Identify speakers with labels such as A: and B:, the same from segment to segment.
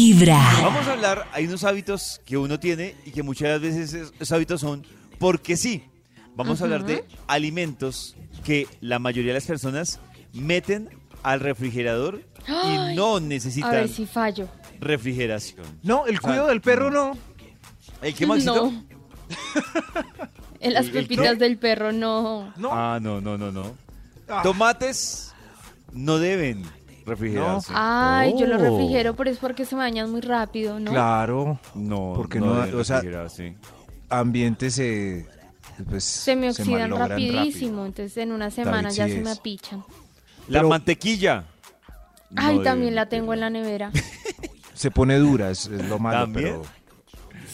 A: vibra.
B: Vamos a hablar, hay unos hábitos que uno tiene y que muchas veces es- esos hábitos son porque sí. Vamos a hablar de alimentos que la mayoría de las personas meten al refrigerador y no
C: A
B: necesitan
C: ver si fallo.
B: refrigeración.
D: No, el cuido del perro no.
B: ¿El qué, Maxito?
C: No. en las
B: ¿El- el
C: pepitas
B: qué?
C: del perro, no.
D: No.
B: Ah, no, no, no, no.
D: Ah.
B: Tomates no deben refrigerarse.
C: Ay, yo lo
D: Oh.
C: refrigero, pero es porque se me dañan muy rápido, ¿no?
D: Claro,
B: No,
D: Porque
B: no,
D: no,
B: deben
D: o sea,
B: refrigerarse.
D: ambiente se. pues,
C: Se me oxidan
D: malogran
C: rapidísimo, entonces en una semana
D: sí
C: ya se
D: es.
C: me apichan.
B: La
D: Pero-
B: mantequilla.
C: Ay,
B: no
C: también
B: deben
C: la tengo en la
B: meterla.
C: nevera.
D: rápido. Se pone dura, es, es lo malo,
B: ¿También?
D: pero.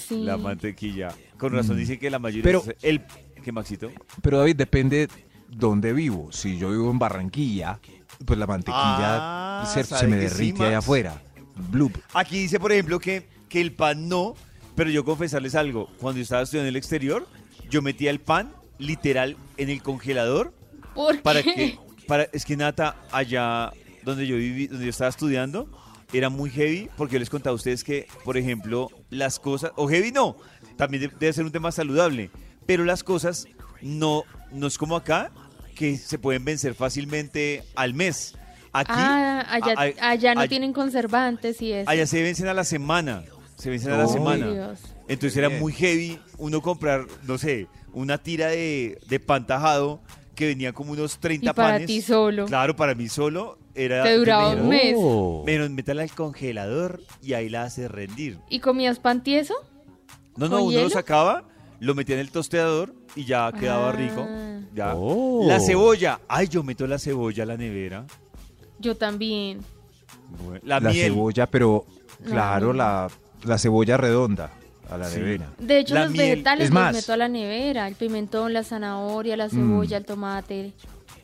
C: Sí.
B: La mantequilla. Con razón dicen que la mayoría.
D: Pero-
B: es el que Maxito.
D: Pero David, depende dónde vivo. Si yo vivo en Barranquilla, pues la mantequilla
B: Ah,
D: se, se
B: ¿sabe
D: me
B: que sí,
D: derrite allá
B: Max?
D: afuera. Bloop.
B: Aquí dice, por ejemplo, que, que el pan no, pero yo confesarles algo. Cuando yo estaba estudiando en el exterior, yo metía el pan literal en el congelador
C: ¿Por qué?
B: para que. Para, es que Nata, allá donde yo viví, donde yo estaba estudiando, era muy heavy, porque yo les contaba a ustedes que, por ejemplo, las cosas. O heavy no, también de- debe ser un tema saludable, pero las cosas no, no es como acá, que se pueden vencer fácilmente al mes. Aquí.
C: Ah, allá,
B: a- a-
C: allá no
B: a-
C: tienen conservantes y eso.
B: Allá se vencen a la semana. Se vencen a la
C: Uy,
B: semana.
C: Dios.
B: Entonces era
D: Bien.
B: muy heavy uno comprar, no sé, una tira de, de pan tajado que venía como unos 30
C: Y para
B: panes.
C: ti solo.
B: Claro, para mí solo. Era,
C: Te duraba
B: menos
C: un mes.
D: Oh,
B: Menos métala al congelador y ahí la hace rendir.
C: ¿Y comías pan tieso?
B: No, no,
C: ¿Con
B: uno lo
C: hielo?
B: sacaba, lo metía en el tosteador y ya quedaba
C: Ah.
B: rico. Ya. La cebolla. Ay, yo meto la cebolla a la nevera.
C: Yo también.
B: Bueno, La,
D: la
B: miel.
D: cebolla, pero
C: No,
D: claro,
C: no.
D: la, la cebolla redonda a la
B: Sí.
D: nevera.
C: De hecho,
B: La
C: los
B: miel.
C: vegetales
D: Es
C: los
D: más.
C: meto a la nevera. El pimentón, la zanahoria, la cebolla, el tomate,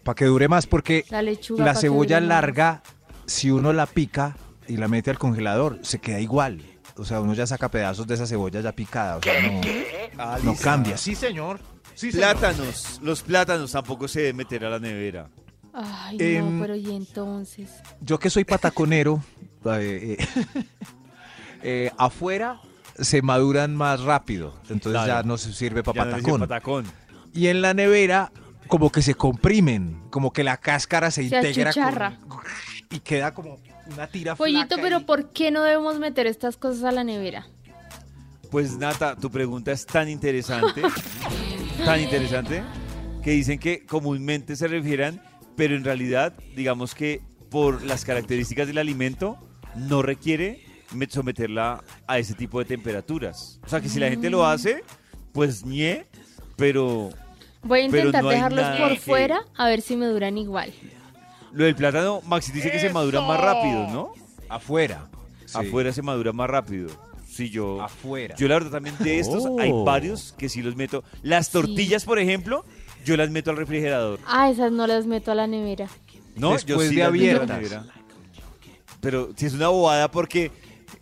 D: Para que dure más, porque
C: la lechuga.
D: la
C: pa' que
D: cebolla
C: dure más.
D: larga, si uno la pica y la mete al congelador, se queda igual. O sea, uno ya saca pedazos de esa cebolla ya picada. O sea, no,
B: Ah,
D: no
B: listo.
D: cambia. Sí, señor.
B: Plátanos, los plátanos tampoco se deben meter a la nevera.
C: Ay,
D: Em,
C: no, pero ¿y entonces?
D: Yo que soy pataconero, eh, eh, eh, afuera se maduran más rápido. Entonces
B: Claro.
D: ya no se sirve
B: Ya
D: para
B: no
D: patacón.
B: decía patacón.
D: y en la nevera como que se comprimen, como que la cáscara se,
C: Se
D: integra con-
C: achicharra.
D: y queda como una tira
C: Pollito,
D: flaca
C: pero
D: y-
C: ¿por qué no debemos meter estas cosas a la nevera?
B: Pues Nata, tu pregunta es tan interesante, tan interesante, que dicen que comúnmente se refieran, pero en realidad, digamos que por las características del alimento, no requiere met- someterla a ese tipo de temperaturas. O sea, que si la gente lo hace, pues ñe, pero
C: Voy a
B: Pero
C: intentar
B: no hay
C: dejarlos
B: nada
C: por
B: que-
C: fuera a ver si me duran igual.
B: lo del plátano, Maxi dice que se madura más rápido, ¿no?
D: afuera. Sí,
B: Afuera se madura más rápido. Si yo
D: Afuera.
B: Yo la verdad también de estos hay
D: Oh.
B: varios que sí los meto. Las tortillas, por ejemplo, yo las meto al refrigerador.
C: Ah, esas no las meto a la nevera.
B: No, yo
D: Después
B: sí
D: de
B: las meto a la
D: abiertas.
B: nevera. Pero si es una bobada porque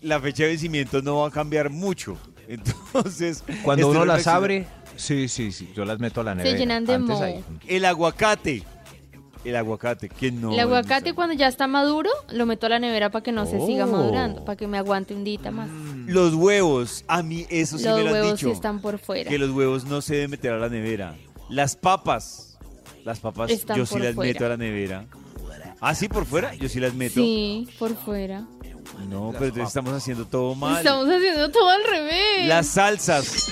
B: la fecha de vencimiento no va a cambiar mucho. Entonces, este
D: Cuando
B: estoy
D: uno las
B: reflexionando.
D: abre, sí, sí, sí, yo las meto a la nevera.
C: llenan de
D: Antes
C: moho.
D: ahí.
B: el aguacate. El aguacate, que no.
C: el aguacate
B: no Oh. sé.
C: cuando ya está maduro lo meto a la nevera para que no se siga madurando, para que me aguante un dita más.
B: Los huevos, a mí eso Mm, sí
C: los
B: me lo han
C: huevos
B: dicho.
C: sí están por fuera.
B: que los huevos no se deben meter a la nevera. Las papas, las papas
C: Están
B: yo sí
C: por
B: las
C: fuera.
B: meto a la nevera. Ah, sí, por fuera, yo sí las meto.
C: Sí, por fuera.
B: No, pero entonces estamos haciendo todo mal.
C: Estamos haciendo todo al revés.
B: Las salsas.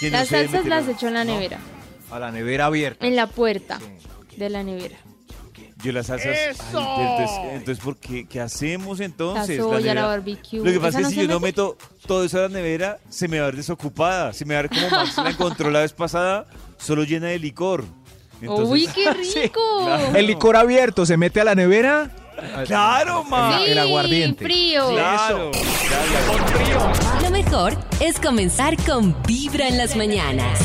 B: que no
C: Las
B: se deben
C: salsas
B: meter a-
C: las echo en la nevera,
D: A la nevera abierta.
C: en la puerta de la nevera.
B: Yo las salsas. ay, pero entonces, entonces, ¿por qué? ¿Qué hacemos entonces?
C: La soya, la
B: nevera-
C: barbecue.
B: Lo que
C: ¿Esa
B: pasa es
C: no
B: que si
C: se
B: yo no
C: mete?
B: meto todo eso a la nevera, se me va a ver desocupada. Se me va a ver como Max la encontró la vez pasada, solo llena de licor. Entonces,
C: ¡Uy, qué rico!
B: claro.
D: El licor abierto se mete a la nevera.
B: ¡Claro, Max!
D: el aguardiente.
C: frío.
B: ¡Claro! claro.
A: Lo mejor es comenzar con vibra en las mañanas.